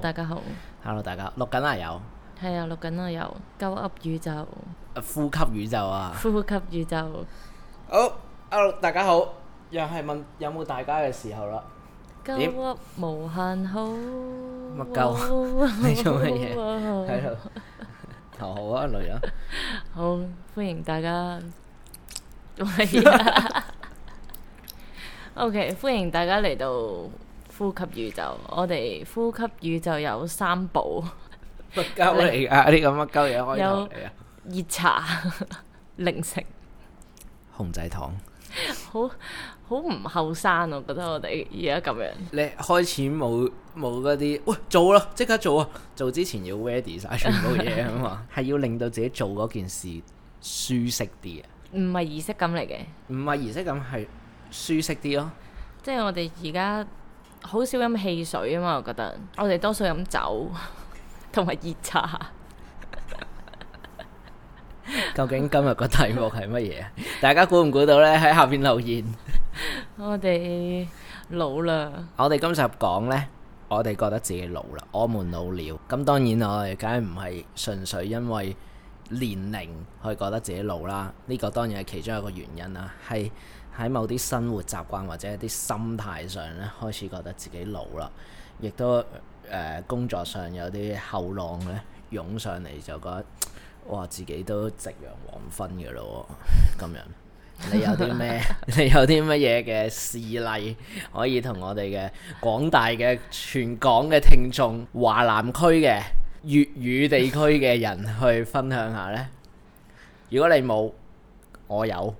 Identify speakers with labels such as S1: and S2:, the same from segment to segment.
S1: 大家好，
S2: Hello，大家錄緊啊有
S1: 係啊，錄緊啊，有鳩噏宇宙、
S2: 呃呼吸宇宙啊！
S1: 呼吸宇宙。
S2: 好，Hello，大家好，又係問有冇大家嘅時候啦。
S1: 鳩
S2: 點
S1: 噏無限好，
S2: 乜 鳩你做乜嘢
S1: 啊
S2: 喺度頭好啊，女人。
S1: 好，歡迎大 家。係啊 OK，歡迎大家嚟到呼吸宇宙。我哋呼吸宇宙有三寶：
S2: 乜鳩嚟 㗎？呢個乜鳩嘢開頭嚟啊？
S1: 熱茶、 零食。
S2: 熊仔糖，
S1: 好好唔後生，我覺得我哋而家咁樣。
S2: 你開始冇冇嗰啲，喂做啦，即刻做啊！做之前要 ready 晒全部嘢啊嘛，係要令到自己做嗰件事舒適啲啊，
S1: 唔係儀式感嚟嘅，
S2: 唔係儀式感係舒適啲咯。
S1: 即係我哋而家好少飲汽水啊嘛，我覺得我哋多數飲酒 同埋熱茶。
S2: 究竟今日個題目係乜嘢？大家估唔估到呢？喺下邊留言。
S1: 我哋老啦，
S2: 我哋今集講呢，我哋覺得自己老啦，我們老了。咁當然我哋梗係唔係純粹因為年齡去覺得自己老啦，呢、個當然係其中一個原因啦。係喺某啲生活習慣或者一啲心態上呢，開始覺得自己老啦，亦都誒、呃工作上有啲後浪呢湧上嚟，就覺得哇自己都夕陽黃昏嘅咯喎，咁樣。你有啲咩？ 你有啲乜嘢嘅事例可以同我哋嘅廣大嘅全港嘅聽眾、華南區嘅粵語地區嘅人去分享下呢？如果你冇，我有，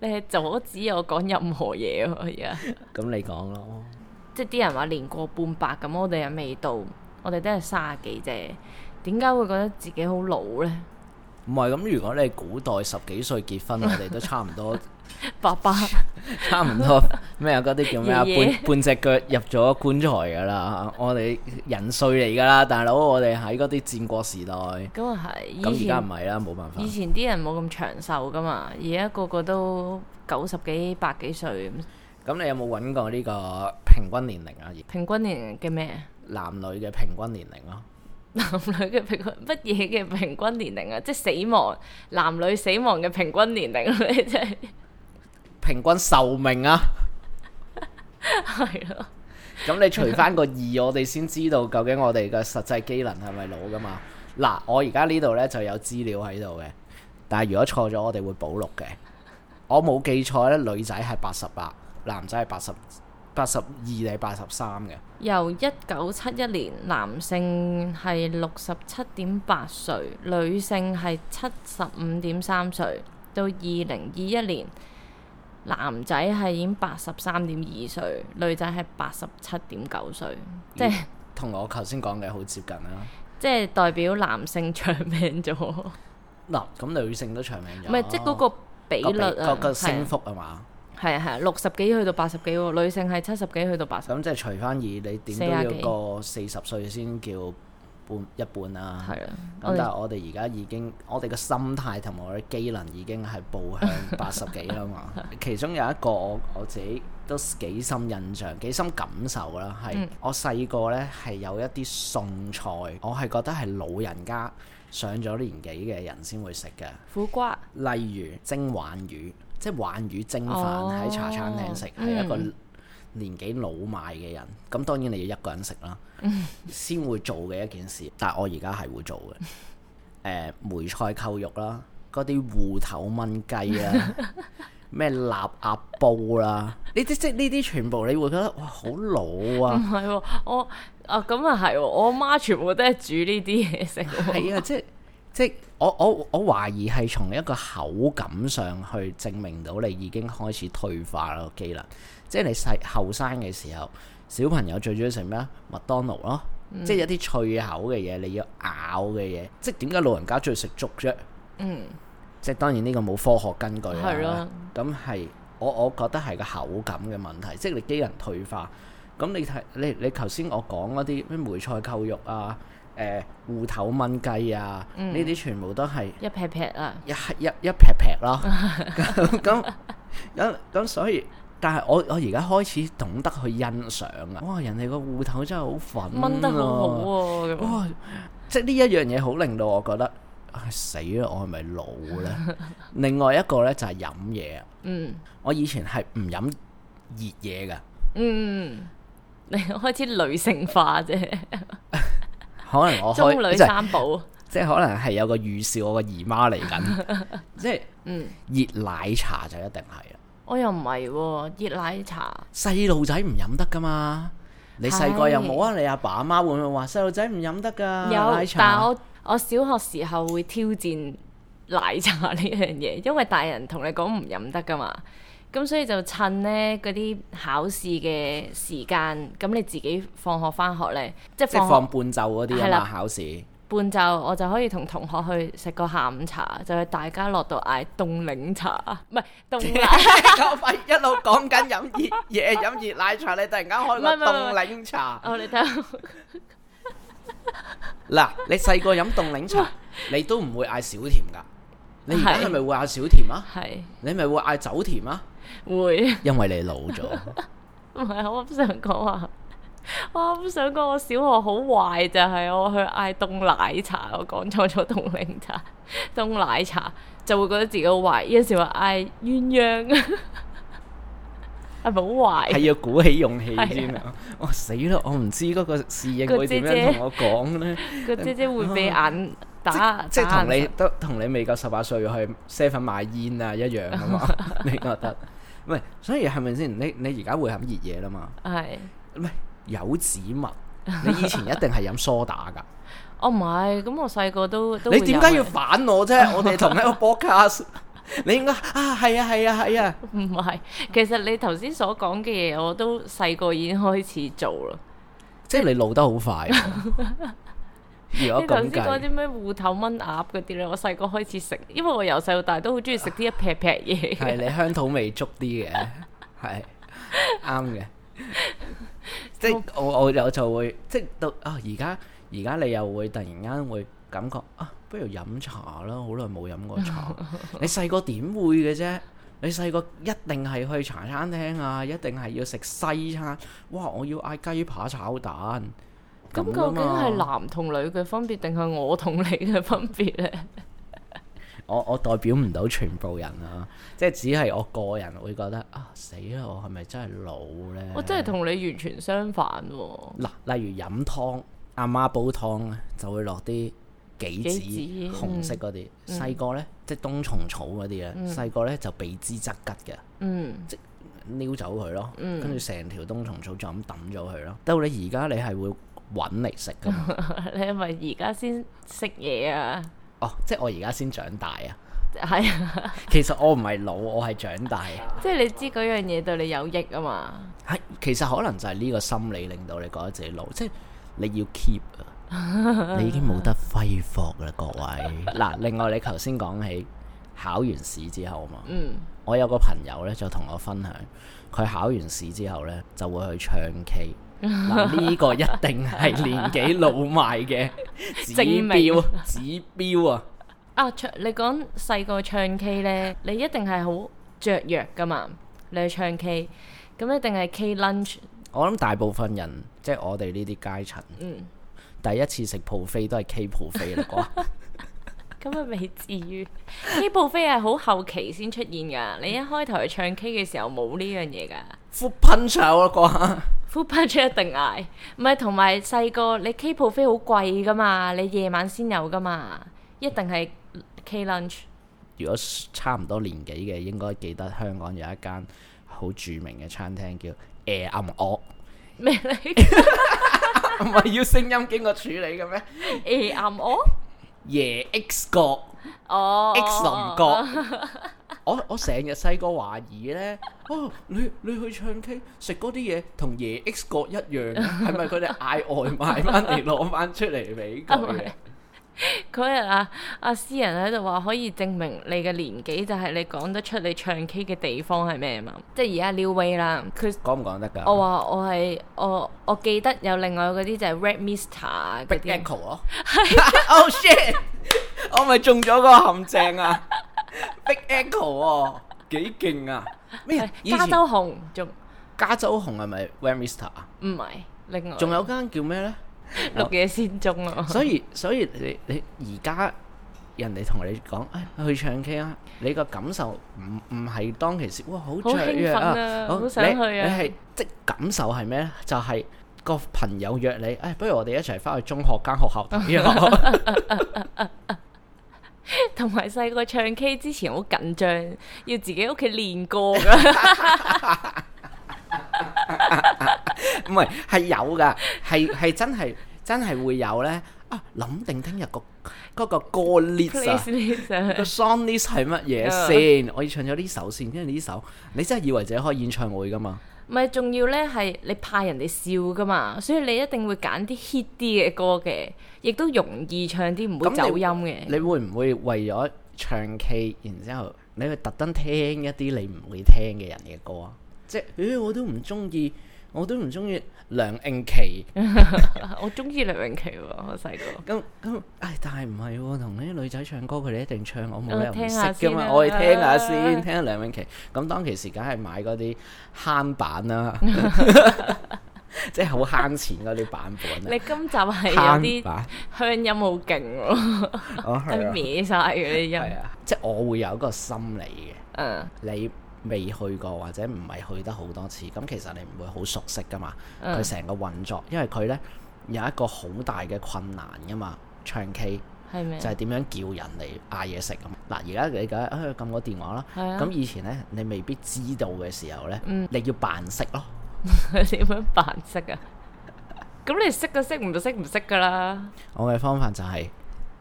S1: 你係阻止我講任何嘢喎，而家
S2: 咁你講咯。
S1: 即係啲人話年過半百咁，我哋又未到，我哋都係三十幾啫。點解會覺得自己好老呢？
S2: 唔係咁，如果你古代十幾歲結婚，我哋都差唔 多，
S1: 爸 爸
S2: 差唔多咩啊？嗰啲叫咩啊？
S1: 爺爺
S2: 半半隻腳入咗棺材噶啦，我哋人歲嚟噶啦，大佬，我哋喺嗰啲戰國時代，咁
S1: 咁啊係，以
S2: 而家
S1: 前
S2: 唔係啦，冇辦法
S1: 以。前啲人冇咁長壽噶嘛，而家個個都九十幾、百幾歲咁，
S2: 咁你有冇揾過呢個平均年齡啊？
S1: 平均年齡嘅咩？啊
S2: 男女嘅平均年齡咯，
S1: 男女嘅平均乜嘢嘅平均年齡啊？即係死亡，男女死亡嘅平均年齡咧， 即係
S2: 平均壽命啊！
S1: 係咯。
S2: 咁你除翻個二，我哋先知道究竟我哋嘅實際機能係咪老噶嘛？嗱，我而家呢度呢就有資料喺度嘅，但係如果錯咗，我哋會補錄嘅。我冇記錯呢，女仔係八十八，男仔係八十八十二定八十三嘅。
S1: 由一九七一年，男性係六十七點八歲，女性係七十五點三歲。到二零二一年，男仔係已經八十三點二歲，女仔係八十七點九歲，即係
S2: 同我頭先講嘅好接近啦。
S1: 即係代表男性長命 咗，唔
S2: 嗱，咁女性都長命咗，
S1: 係即係嗰個比率
S2: 個
S1: 啊，
S2: 個個
S1: 係啊
S2: 升幅係嘛？
S1: 係啊係啊，六十幾去到八十幾喎，女性係七十幾去到八十，
S2: 咁即係除翻二，你點都
S1: 四十幾
S2: 要過四十歲先叫半一半啦。
S1: 係啊，
S2: 咁但
S1: 我哋
S2: 係我哋而家已經，我哋嘅心態同埋我哋機能已經係步 向八十幾啦嘛。其中有一個我我自己都幾深印象、幾深感受啦，係、
S1: 嗯
S2: 我細個呢係有一啲餸菜，我係覺得係老人家上咗年紀嘅人先會食嘅，
S1: 苦瓜
S2: 例如蒸鯇魚，即係鯇魚蒸飯
S1: 哦
S2: 喺茶餐廳食，係、一個年紀老邁嘅人，咁當然你要一個人食啦，先會做嘅一件事。但係我而家係會做嘅，誒、梅菜扣肉啦，嗰啲芋頭炆雞啦，咩臘鴨煲啦，呢啲即係呢啲全部你會覺得哇好老
S1: 唔
S2: 啊，
S1: 係喎，我啊咁啊係喎，我媽全部都係煮呢啲嘢食喎，
S2: 係啊，即係即係我我我懷疑係從一個口感上去證明到你已經開始退化啦個機能，即係你細後生嘅時候，小朋友最中意食咩啊？麥當勞咯，即係一啲脆口嘅嘢，你要咬嘅嘢，即係點解老人家中意食粥啫？
S1: 嗯，
S2: 即係當然呢個冇科學根據
S1: 係咯
S2: 啦。咁係我我覺得係個口感嘅問題，即係你機能退化。咁你睇你你頭先我講嗰啲咩梅菜扣肉啊、誒、芋頭炆雞啊，
S1: 嗯
S2: 呢啲、全部都係
S1: 一劈劈啊，
S2: 一一一劈劈啦。咁咁咁咁所以但係我我而家開始懂得去欣賞啊！哇，人哋個芋頭真係好粉，啊
S1: 掹得好好啊喎、咁
S2: 哇！哦即係呢一樣嘢好令到我覺得，唉死啦！我係咪老呢？ 另外一個呢，就係飲嘢啊！
S1: 嗯
S2: 我以前係唔飲熱嘢嘅，
S1: 嗯，你開始女性化啫，
S2: 可 能我
S1: 中
S2: 開
S1: 女
S2: 即係
S1: 三寶，
S2: 即係可能係有個預兆，我個姨媽嚟 緊，即係
S1: 嗯，
S2: 熱奶茶就一定係啦。
S1: 我又唔係喎，熱奶茶，
S2: 細路仔唔飲得噶嘛？你細個有冇啊？你阿爸阿媽會唔會話細路仔唔飲得㗎？奶
S1: 有，
S2: 茶
S1: 但我我小學時候會挑戰奶茶呢樣嘢， 因為大人同你講唔飲得噶嘛，咁所以就趁呢嗰啲考試嘅時間，咁你自己放學翻學呢，即係
S2: 即係
S1: 放學
S2: 放伴奏嗰啲
S1: 係
S2: 啊嘛，
S1: 啦
S2: 考試
S1: 半晝，我就可以同同學去食個下午茶，就去大家樂度嗌凍檸茶，唔係 凍奶。
S2: 我咪一路講緊飲熱嘢、飲熱奶茶，你突然間開
S1: 唔係唔
S2: 個
S1: 係唔
S2: 凍
S1: 係
S2: 檸茶。
S1: 哦，你睇下，
S2: 嗱，你細個飲凍檸茶，你都唔會嗌少甜㗎。你而家
S1: 係
S2: 係咪會嗌少甜啊？
S1: 係
S2: 你咪會嗌走甜啊？
S1: 會。
S2: 因為你老咗。
S1: 唔係，我啱想講話， 我啱想講我小學好壞就係、我去嗌凍奶茶，我講錯咗凍檸茶， 凍奶茶就會覺得自己好壞，有時話嗌鴛鴦， 係咪好
S2: 係
S1: 壞？
S2: 要鼓起勇氣
S1: 係
S2: 先啊！我死啦！我唔知嗰個侍應
S1: 個
S2: 會點
S1: 姐
S2: 樣
S1: 姐
S2: 同我講呢。
S1: 個姐姐會俾眼打，
S2: 即係
S1: 打
S2: 同
S1: 眼
S2: 你都同你未夠十八歲去 seven 買煙啊一樣啊 嘛，你覺得？唔係，所以係咪先？你你而家會飲熱嘢啦嘛？
S1: 係。
S2: 唔係有子物， 你以前一定係飲梳打㗎。
S1: 我哦唔係，咁我細個都都
S2: 你
S1: 點
S2: 點解要反我 啫？我哋同一個 podcast，你應該啊係啊係啊係 啊，
S1: 唔係，其實你頭先所講嘅嘢，我都細個已經開始做啦。
S2: 即係你老得好快喎。 如
S1: 你
S2: 果
S1: 頭
S2: 哦咁
S1: 先講
S2: 計，
S1: 啲咩芋頭炆鴨嗰啲咧，我細個開始食，因為我由細到大都好中意食啲一劈劈 嘢
S2: 係
S1: 嘅。
S2: 你鄉土味足啲嘅，係啱 嘅。即係我我有就會即係到啊而家而家你又會突然間會感覺啊，不如飲茶啦，好耐冇飲過 茶。你細個點會嘅啫？你細個一定係去茶餐廳啊，一定係要食西餐。哇！我要嗌雞扒炒蛋。
S1: 咁
S2: 㗎
S1: 究竟係
S2: 嘛
S1: 男同女嘅分別，定係我同你嘅分別咧？
S2: 我我代表唔到全部人啊，即係只係我個人會覺得啊死啦！我係咪真係老呢？
S1: 我真係同你完全相反喎。
S2: 嗱，例如飲湯，阿媽煲湯咧就會落啲杞子，
S1: 杞子嗯
S2: 紅色嗰啲。細個呢，即係冬蟲草嗰啲咧，細個呢就避之則吉嘅，
S1: 嗯，
S2: 撩走佢咯，跟住成條冬蟲草就咁抌咗佢咯。到你而家你係會揾嚟食噶 嘛？
S1: 你係咪而家先識嘢啊？
S2: 哦，即係我而家先長大啊！
S1: 係啊，
S2: 其實我唔係老，我係長大。啊
S1: 即係你知嗰樣嘢對你有益啊嘛。
S2: 係，其實可能就係呢個心理令到你覺得自己老，即係你要 keep 啊， 你已經冇得揮霍啦，各位。嗱，另外你頭先講起考完試之後嘛，
S1: 嗯，
S2: 我有個朋友呢，就同我分享，佢考完試之後呢，就會去唱 K。嗱，呢個一定係年紀老邁嘅指
S1: 證明
S2: 標，指標啊！
S1: 啊，唱你講細個唱 K 咧，你一定係好雀躍噶嘛。你去唱 K，咁一定係 K lunch。
S2: 我諗大部分人，即係我哋呢啲階層，
S1: 嗯。
S2: 第一次食 buffet 都係 K buffet 啦啩。
S1: 咁啊未至於，呢部飛係好後期先出現㗎。你一開頭去唱 K 嘅時候冇呢樣嘢㗎。
S2: Food punch 啊啩。
S1: f o o d punch 一定嗌，唔係同埋細個你 K 部飛好貴㗎嘛，你夜晚先有㗎嘛，一定係 K lunch。
S2: 如果差唔多年紀嘅，應該記得香港有一間好著名嘅餐廳叫誒暗惡，
S1: 咩 嚟？
S2: 唔係要聲音經過處理嘅咩？
S1: 誒暗我？
S2: 耶 X 角
S1: 哦
S2: X 龍角，我我成日細個懷疑呢，哦，你你去唱 K 食嗰啲嘢同耶 X 角一樣，係咪佢哋嗌外賣翻嚟攞翻出嚟俾 佢
S1: 唔
S2: 嘅
S1: 係？嗰日啊，阿詩人喺度話可以證明你嘅年紀就係你講得出你唱 K 嘅地方係咩嘛，即係而家 New Way 啦，佢
S2: 講唔講得㗎？
S1: 我話我係我我記得有另外嗰啲就係 Red Mister 啊嗰
S2: Big
S1: 啲，
S2: Echo 咯。Oh shit！我咪中咗個陷阱啊！Big Echo 喎、幾勁啊！咩？以
S1: 加
S2: 前
S1: 州紅仲
S2: 加州紅係咪 Van Mister 啊？
S1: 唔係，另外
S2: 仲有哦間叫咩呢？
S1: 綠野仙蹤啊！
S2: 所以所以你你而家人哋同你講，哎去唱 K 啊，你個感受唔唔係當其時，哇好
S1: 好興
S2: 雀
S1: 奮啊
S2: 好
S1: 好想
S2: 你
S1: 去啊
S2: 你係即感受係咩咧？就係、個朋友約你，哎不如我哋一齊翻去中學間學校睇啊！
S1: 同埋細個唱 K 之前好緊張，要自己屋企練歌㗎。
S2: 唔係係有㗎，係係真係真係會有咧。啊諗定聽日個嗰個歌 list 啊！
S1: Please listen
S2: 個 song list 係乜嘢先？我要唱咗呢首先，因為呢首你真係以為自己開演唱會㗎嘛？
S1: 唔係，仲要咧係你怕人哋笑噶嘛，所以你一定會揀啲 hit 啲嘅歌嘅，亦都容易唱啲唔
S2: 咁
S1: 會
S2: 你
S1: 走音嘅。
S2: 你會唔會為咗唱 K，然之後你去特登聽一啲你唔會聽嘅人嘅歌啊？即係，咦，我都唔中意，我都唔中意梁詠琪。
S1: 我中意梁詠琪喎，我細 個。
S2: 咁咁，唉，但係唔係喎？同呢啲女仔唱歌，佢哋一定唱，我冇
S1: 我
S2: 理由唔
S1: 聽
S2: 識
S1: 下
S2: 㗎
S1: 先
S2: 嘛。
S1: 啦
S2: 我去聽下先，聽下梁詠琪。咁當其時，梗係買嗰啲慳版 啦，即係好慳錢嗰啲版本
S1: 你
S2: 啊。
S1: 今集係有
S2: 慳
S1: 啲
S2: 版，
S1: 鄉音好勁喎，
S2: 哦係啊
S1: 係歪晒嘅啲
S2: 係
S1: 音。
S2: 啊，即係我會有一個心理嘅。
S1: 嗯，
S2: 你未去過或者唔係去得好多次，咁其實你唔會好熟悉噶嘛。
S1: 嗯
S2: 佢成個運作，因為佢呢有一個好大嘅困難噶嘛。唱 K
S1: 係啊咩
S2: 就？ 係點樣叫人嚟嗌嘢食咁。嗱，而家你梗係啊撳個電話啦。
S1: 係啊
S2: 咁以前呢，你未必知道嘅時候呢，你要扮識 咯。
S1: 點樣扮識啊？咁你識就識，唔識唔識噶啦。
S2: 我嘅方法就係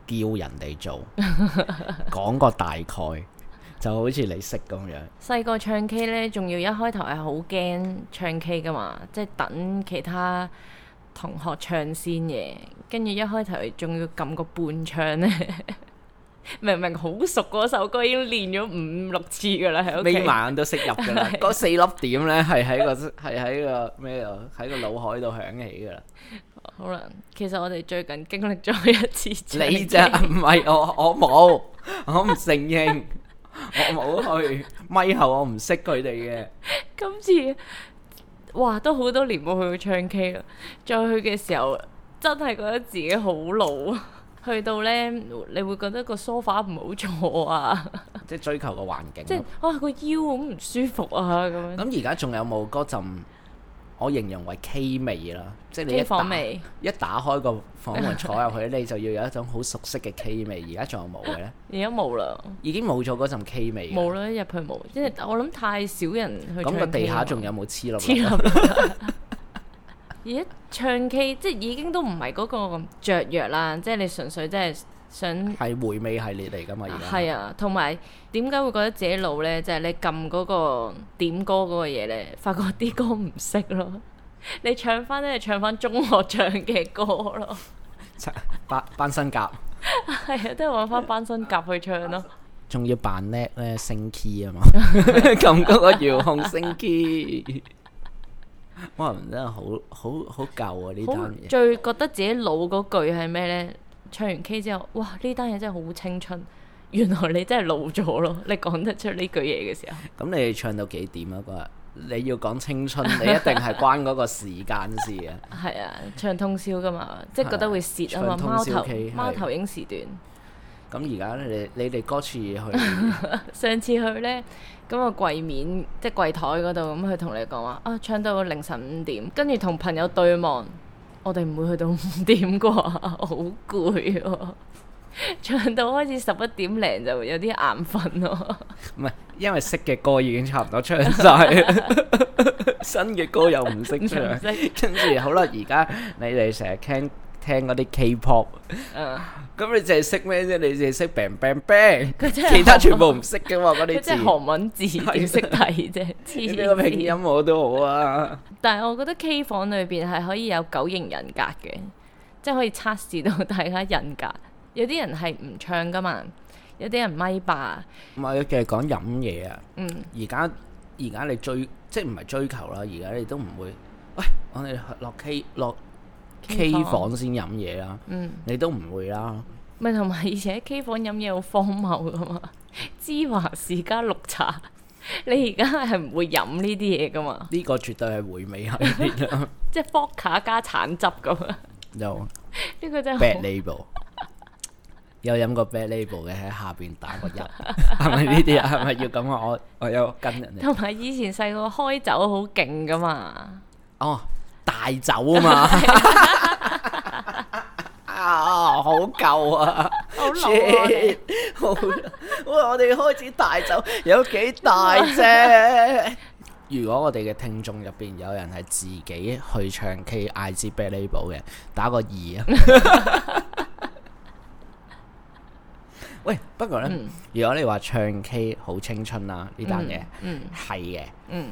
S2: 叫人哋 做，講個大概，就好似你識咁樣。
S1: 細個唱 K 呢，仲要一開頭係好驚唱 K 噶嘛，即係等其他同學唱先嘅，跟住一開頭仲要撳個伴唱呢。 明明好熟嗰首歌，已經練咗五六次噶啦喺屋
S2: 眯
S1: 企。
S2: 埋眼都識入㗎 啦，嗰四粒點咧係喺個係喺個咩度，喺個腦海度響起㗎 啦。
S1: 好啦，其實我哋最近經歷咗一次唱 K
S2: 你咋唔係我，我冇，我唔承認，我冇去。咪後我唔識佢哋嘅，
S1: 今次哇，都好多年冇去過唱 K 啦。再去嘅時候，真係覺得自己好 老啊！去到呢，你會覺得個 sofa 唔好坐啊，
S2: 即係追求個環境
S1: 即係
S2: 咯。
S1: 啊個腰好唔舒服啊咁樣。
S2: 咁而家仲有冇嗰陣？我形容為 K 味啦，即係你一
S1: K 房
S2: 打
S1: 味
S2: 一打開個房門坐入去，你就要有一種好熟悉嘅 K 味。而家仲有冇嘅咧？
S1: 而家冇啦，
S2: 已經冇咗嗰陣 K 味㗎啦。
S1: 冇啦，入去冇，即係我諗太少人去唱
S2: 咁
S1: K
S2: 個地下
S1: 啦
S2: 仲有冇黐落？
S1: 黐立啦而家唱 K 即係已經都唔係嗰個雀躍啦，即係你純粹真係想。
S2: 係回味系列嚟噶嘛？而家
S1: 係啊，同埋點解會覺得自己老呢？就係、你撳嗰個點歌嗰個嘢呢，發覺啲歌唔識咯。 你唱翻咧，唱翻中學唱嘅歌咯，
S2: 扮扮身甲，
S1: 係啊，都係揾翻班新夾去唱咯。
S2: 仲要扮叻咧升 key 啊嘛，撳嗰個遙控升 key，哇！真係好好好舊啊呢
S1: 好
S2: 單嘢，
S1: 最覺得自己老嗰句係咩呢？唱完 K 之後，哇！呢單嘢真係好青春。原來你真係老咗咯， 你講得出呢句嘢嘅時候，
S2: 咁你哋唱到幾點啊？嗰日你要講青春，你一定係關嗰個時間事啊！
S1: 係啊，唱通宵噶嘛，即係覺得會蝕啊嘛，
S2: 唱通
S1: 貓
S2: 宵
S1: 頭
S2: K，係
S1: 貓頭鷹時段。
S2: 咁而家你你哋嗰次去
S1: 上次去呢，咁個櫃面即係櫃台嗰度，咁佢同你講話啊，唱到凌晨五點，跟住同朋友對望，我哋唔會去到五點啩， 好攰喎。 唱到開始十一點零就有啲眼瞓 咯，
S2: 唔係因為識嘅歌已經差唔多唱晒， 新嘅歌又唔識
S1: 唔
S2: 唱，
S1: 識
S2: 跟住好啦，而家你哋成日聽聽嗰啲 K-pop。
S1: 嗯，
S2: 咁你淨係識咩啫？你淨係識 bang bang bang，
S1: 佢真係
S2: 其他全部唔識嘅喎嗰
S1: 佢
S2: 啲字
S1: 真係。韓 文字點識睇啫，
S2: 你
S1: 黐
S2: 呢個拼
S1: 線。
S2: 音我都好啊，
S1: 但係我覺得 K 房裏邊係可以有九型人格嘅，即係可以測試到大家人格。有啲人係唔唱噶嘛，有啲人咪霸，
S2: 唔係佢係講飲嘢啊。
S1: 嗯。
S2: 而家而家你追即係唔係追求啦？而家你都唔會，喂，我哋落 K 落
S1: K
S2: K
S1: 房
S2: 房先飲嘢啦。
S1: 嗯，
S2: 你都唔會啦。
S1: 咪 同埋以前喺 K 房飲嘢好荒謬噶嘛，芝華士加綠茶， 你而家係唔會飲呢啲嘢噶嘛？
S2: 呢個絕對係回味系 列啦，
S1: 即係 f o c a 加橙汁咁啊！
S2: 有
S1: 呢個真
S2: bad
S1: 係
S2: label，有飲過 bad label 嘅喺下边打個一，係咪呢啲啊？係咪要咁啊？我我有跟人哋。
S1: 好，同埋以前細個開酒好勁 噶嘛，
S2: 哦，大酒啊嘛， 啊，好舊啊，
S1: 好老啊
S2: Shit，好， 喂，我哋開始大酒有幾大啫？ 如果我哋嘅聽眾入邊有人係自己去唱 K I G Bad Label 嘅，打個二啊！ 喂，不過呢，如果你話唱 K 好青春啊，呢單嘢係嘅，
S1: 嗯，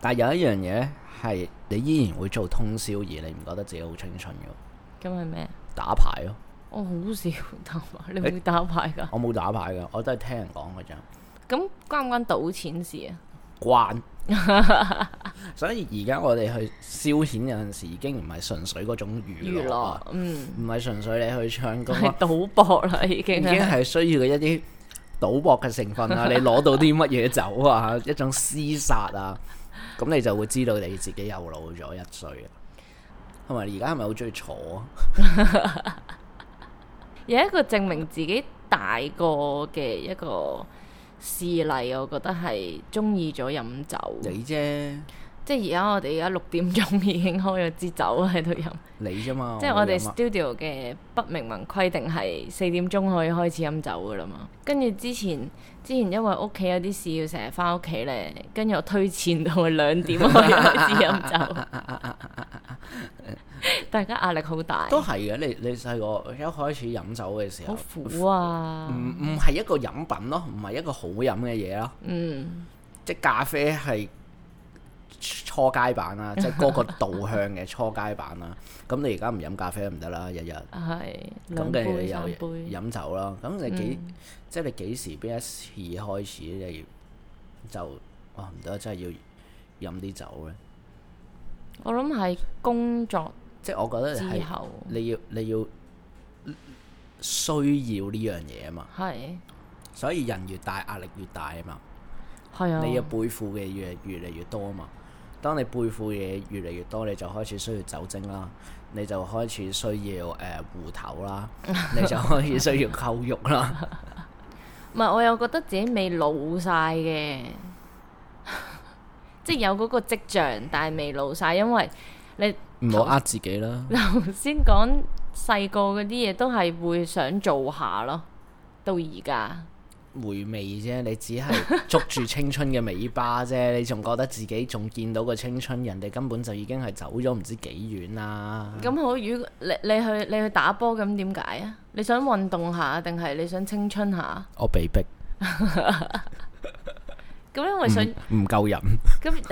S2: 但有一樣嘢咧，係你依然會做通宵而你唔覺得自己好青春嘅喎，
S1: 咁係咩？
S2: 打牌咯。
S1: 我好少打 牌，你會打牌㗎？
S2: 我冇打牌嘅，我都係聽人講嘅咋。
S1: 咁關唔關賭錢事啊？
S2: 慣，所以而家我哋去消遣有陣時已經唔係純粹嗰種
S1: 娛
S2: 娛樂
S1: 樂
S2: 啊，，
S1: 嗯，
S2: 唔係純粹你去唱歌啊，
S1: 係賭博啦，已
S2: 已
S1: 經
S2: 經
S1: 係。
S2: 係需要一啲賭博嘅成 分啊。你攞到啲乜嘢酒啊，一種厮殺啊，咁你就會知道你自己又老咗一歲啊。同埋而家係咪好中意坐啊？
S1: 有一個證明自己大個嘅一個事例，我覺得係中意咗飲酒，
S2: 你啫。
S1: 即係而家我哋而家六點鐘已經開咗支酒喺度飲，
S2: 你啫嘛，
S1: 即係我哋
S2: 哦冇飲啊
S1: studio 嘅不明文規定係四點鐘可以開始飲酒噶啦嘛。跟住之前之前因為屋企有啲事要成日翻屋企咧，跟住我推前到去兩點 可以開始飲酒，大家壓力好大，
S2: 都係嘅。你你細個一開始飲酒嘅時
S1: 好
S2: 候，
S1: 苦啊
S2: 唔！唔係一個飲品咯，唔係一個好飲嘅嘢咯。
S1: 嗯，
S2: 即係咖啡係初階版 啦，即係嗰個導向嘅初階版啦。咁你而家唔飲咖啡唔得啦，日日。
S1: 係
S2: 咁
S1: 兩
S2: 跟住
S1: 杯
S2: 你
S1: 三
S2: 又
S1: 杯。嗯
S2: 飲酒啦。咁你幾、即係你幾時邊一次開始你就哇唔得，真係要飲啲酒咧？
S1: 我諗係工作
S2: 即係我覺得
S1: 之
S2: 係
S1: 後，
S2: 你要你要需要呢樣嘢啊嘛。
S1: 係
S2: 所以人越大壓力越大啊嘛，
S1: 係啊，
S2: 你要背負嘅嘢越嚟越多啊嘛。當你背負嘢越嚟越多，你就開始需要酒精啦，你就開始需要誒、呃、芋頭 啦，你就開始需要扣肉啦。
S1: 唔係我又覺得自己未老晒嘅，即係有嗰個跡象，但係未老晒，因為你
S2: 唔好呃自己 啦，
S1: 頭先講細個嗰啲嘢都係會想做下咯， 到而家
S2: 回味啫，你只係捉住青春嘅尾巴啫， 你仲覺得自己仲見到個青春，人哋根本就已經係走咗唔知幾遠啦。
S1: 咁好。如果你你去你去打波咁點解啊？你想運動下定係你想青春下？
S2: 我被逼
S1: 咁因為想
S2: 唔夠人，
S1: 咁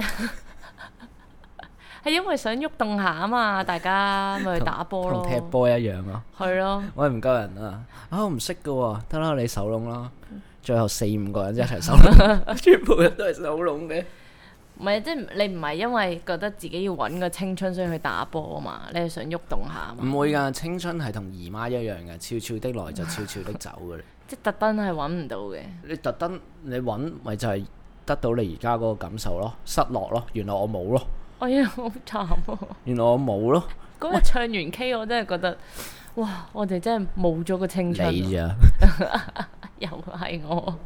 S1: 係因為想喐動下啊嘛，大家咪去打波
S2: 同
S1: 咯，
S2: 踢波一樣啊咯。
S1: 係咯。
S2: 喂，唔夠人啊！啊，我唔識噶喎，得啦，你手窿啦。 最後四五個人一齊手窿，全部人都係手窿嘅。
S1: 唔係，即係你唔係因為覺得自己要揾個青春所以去打波啊嘛，你係想喐動下啊嘛，
S2: 唔會㗎，青春係同姨媽一樣嘅，悄悄的來就悄悄的走嘅。
S1: 即係特登係揾唔到嘅。
S2: 你特登你揾，咪就係得到你而家嗰個感受咯，失落咯。原來我冇咯，
S1: 哎呀，好慘喎！
S2: 原來我冇咯，
S1: 嗰日唱完 K，我真係覺得，哇！我哋真係冇咗個青
S2: 你
S1: 春，
S2: 咋？
S1: 又係我。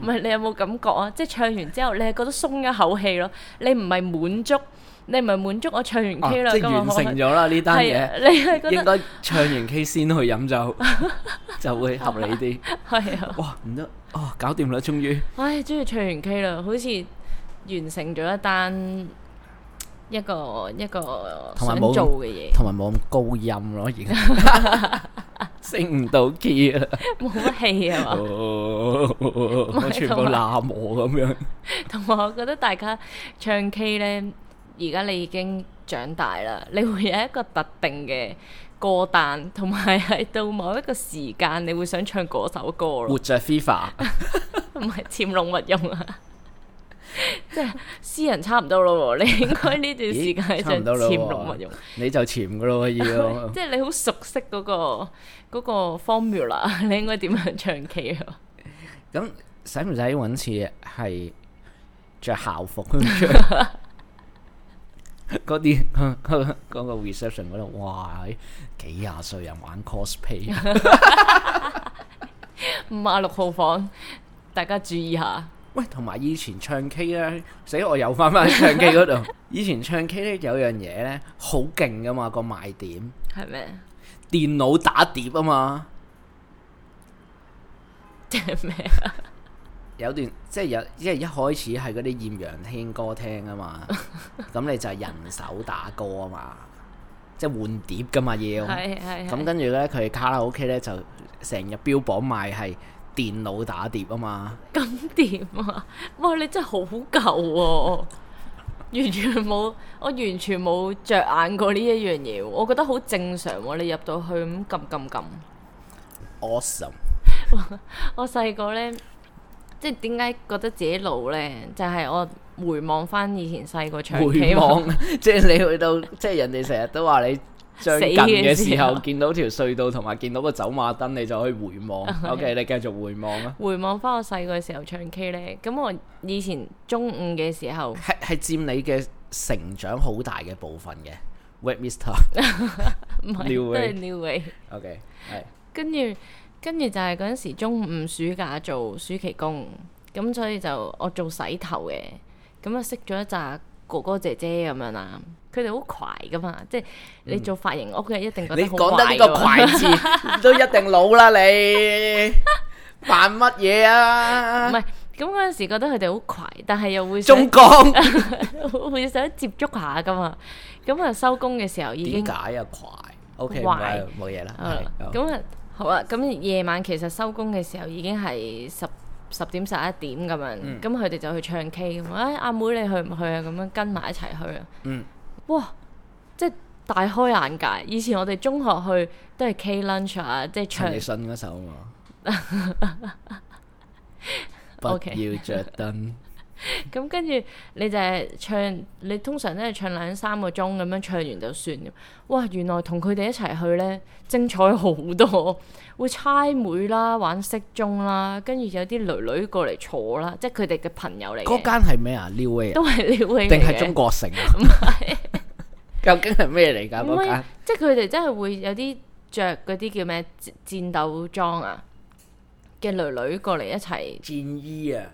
S1: 唔係你有冇感覺啊？即係唱完之後，你係覺得鬆一口氣咯。你唔係滿足，你唔係滿足我唱完
S2: 啊
S1: K 啦，
S2: 即
S1: 今
S2: 係
S1: 日
S2: 完成
S1: 開
S2: 咗啦呢單
S1: 係
S2: 嘢
S1: 啊，。你係覺
S2: 應
S1: 得
S2: 該唱完 K 先去飲酒，就會合理啲。
S1: 係啊！
S2: 哇，唔得，哦，搞掂啦，終於。
S1: 唉，終於唱完 K 啦，好似完成咗一單一個一個
S2: 同埋
S1: 想
S2: 冇
S1: 做嘅嘢，
S2: 同埋冇咁高音咯，而家升唔到 key 啊！
S1: 冇乜氣 啊嘛。
S2: 我全部喇我咁樣，
S1: 同埋我覺得大家唱 K 呢，而家你已經長大啦， 你會有一個特定嘅歌單，同埋係到某一個時間，你會想唱嗰首歌
S2: 活
S1: 咯，
S2: 着 FIFA
S1: 唔係潛龍勿用啊！ 即係私人差唔多咯喎，你應該呢段時間
S2: 咦
S1: 係
S2: 差唔
S1: 唱
S2: 多咯喎
S1: 潛龍勿用。
S2: 你就潛噶咯要，
S1: 即係你好熟悉 嗰、個嗰個 formula，你應該點樣唱 K 啊？
S2: 咁使唔使揾次係着校服嗰 啲嗰個 reception 嗰度，哇！幾廿歲人玩 cosplay，
S1: 五啊六號房，大家注意下。
S2: 喂，同埋以前唱 K 咧，死我又翻翻唱 K 嗰 度。以前唱 K 咧有樣嘢咧好勁噶嘛，個賣點
S1: 係咩？
S2: 電腦打碟啊嘛。
S1: 即係咩？
S2: 有段即係有，即係一開始係嗰啲豔陽聽歌聽啊 嘛，咁你就係人手打歌啊嘛，即係換碟噶嘛要。
S1: 係
S2: 咁
S1: 係係
S2: 跟住呢，佢卡拉 OK 呢就成日標榜賣係電腦打碟啊嘛，
S1: 咁點啊？哇！你真係好舊喎、完全冇，我完全冇着眼過呢一樣嘢喎。我覺得好正常喎、你入到去咁撳撳撳。
S2: awesome
S1: 我細個呢，即係點解覺得自己老呢？就係、我回望翻以前細個唱
S2: 回
S1: K 嘛
S2: 望，即係你去到即係人哋成日都話你將近嘅
S1: 死
S2: 時
S1: 嘅時候
S2: 候見到條隧道同埋見到個走馬燈，你就可以回 望。OK，你繼續回望啊，
S1: 回望翻我細個嘅時候唱 K 呢，咁我以前中午嘅 時候，
S2: 係係佔你嘅成長好大嘅部分嘅。Wet Mister
S1: 唔係
S2: New
S1: 都
S2: way
S1: 係 new way，
S2: OK 係
S1: 跟住跟住就係嗰陣時中午暑假做暑期工，咁所以就我做洗頭嘅，咁啊識咗一紮哥哥姐姐咁樣啦，佢哋好快噶嘛，即係你做髮型屋嘅一定覺
S2: 嗯你
S1: 好
S2: 講得呢個
S1: 快
S2: 快 字都一定老啦你。扮乜嘢
S1: 㗎嘛唔
S2: 啊？
S1: 係咁嗰陣時覺得佢哋好快，但係又會想
S2: 中江
S1: 會想接觸下噶嘛，咁啊收工嘅時候已經
S2: 點。解啊？快 OK，唔
S1: 快
S2: 係冇嘢啦。
S1: 啊
S2: 係
S1: 咁啊，好啊，咁夜晚其實收工嘅時候已經係十十點十一點咁
S2: 嗯
S1: 樣，咁佢哋就去唱 K 咁啊，阿妹你去唔去啊？咁樣跟埋一齊去啊。
S2: 嗯。
S1: 哇！即係大開眼界。以前我哋中學去都係 K lunch 啊，即係唱
S2: 陳奕迅嗰 首嘛。不
S1: OK
S2: 要着 燈，
S1: 咁跟住你就係唱，你通常都係唱兩三個鐘咁樣唱完就算嘅。哇！原來同佢哋一齊去呢，精彩好多，會猜妹啦，玩骰盅啦，跟住有啲女女過嚟坐啦，即係佢哋嘅朋友嚟
S2: 嗰
S1: 嘅，
S2: 間係咩啊？New Way 啊
S1: 都係呢位
S2: 定
S1: 係
S2: 係中國城 啊？究竟係咩嚟㗎？
S1: 唔
S2: 嗰
S1: 係
S2: 間
S1: 即係佢哋真係會有啲着嗰啲叫咩戰戰鬥裝啊嘅女女過嚟一齊，
S2: 戰衣啊，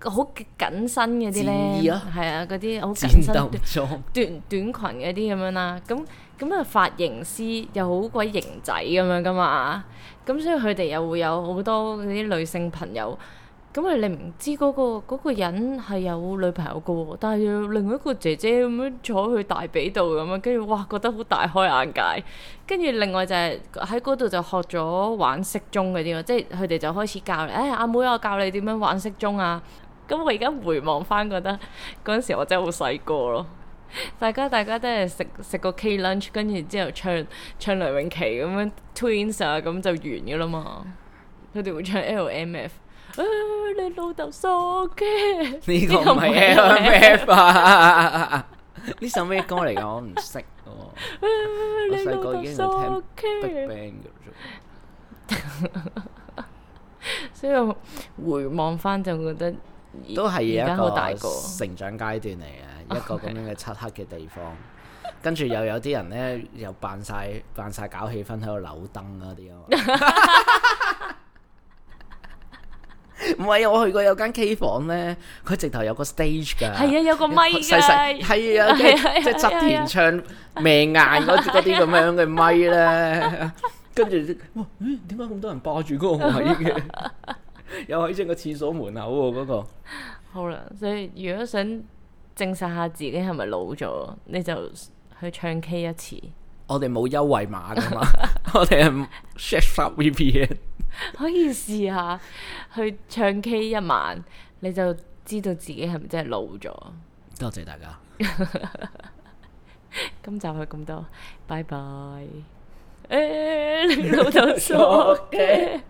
S1: 好緊身嗰啲
S2: 戰衣
S1: 呢，
S2: 啊
S1: 係啊，嗰啲好緊
S2: 戰
S1: 身。
S2: 鬥 裝，
S1: 短短裙嗰啲咁樣啦，咁咁啊髮型師又好鬼型仔咁樣噶嘛，咁所以佢哋又會有好多嗰啲女性朋友，咁啊你唔知嗰、個嗰、個人係有女朋友噶喎，但係有另外一個姐姐咁樣坐佢大髀度咁樣，跟住哇覺得好大開眼界，跟住另外就係喺嗰度就學咗玩骰盅嗰啲咯，即係佢哋就開始教你，誒、阿妹我教你點樣玩骰盅啊，咁我而家回望翻覺得嗰陣時我真係好細個咯。大家大家都係食食個 K lunch，跟住之後唱唱梁詠琪咁樣 Twins 啊，咁就完噶啦嘛。佢哋會唱 L M F。啊你老豆傻嘅，
S2: 呢個
S1: 個
S2: 唔係 L M F 啊！ 呢首咩歌嚟㗎？我唔識喎。
S1: 啊 你
S2: 我細
S1: 老
S2: 個
S1: 豆
S2: 已經
S1: 傻
S2: 有聽 Big
S1: 嘅。
S2: Bang 嘅啫，
S1: 所以我回望翻就覺得而
S2: 都係
S1: 而
S2: 一
S1: 家好大個
S2: 個，成長階段嚟 嘅一個咁樣嘅漆黑嘅地方。跟住又有啲人咧，又扮晒扮晒搞氣氛喺度扭燈嗰啲啊嘛。 唔係啊，我去過有間 K 房咧，佢直頭有個 stage 㗎。
S1: 係啊，有個咪㗎，
S2: 細細係啊，即
S1: 係啊
S2: 係即係側田唱命硬嗰啲嗰啲咁樣嘅咪咧，跟住哇，咦點解咁多人霸住嗰個位嘅？ 又喺正個廁所門口喎嗰個，
S1: 好啦，所以如果想證實下自己係咪老咗，你就去唱 K 一次。
S2: 我哋冇優惠碼噶嘛， 我哋係 Shut Up VPN，
S1: 可以試下去唱 K 一晚，你就知道自己係咪真係老咗。
S2: 多謝大 家。
S1: 今集去咁多，拜拜。誒、你老豆 傻
S2: 傻
S1: 嘅。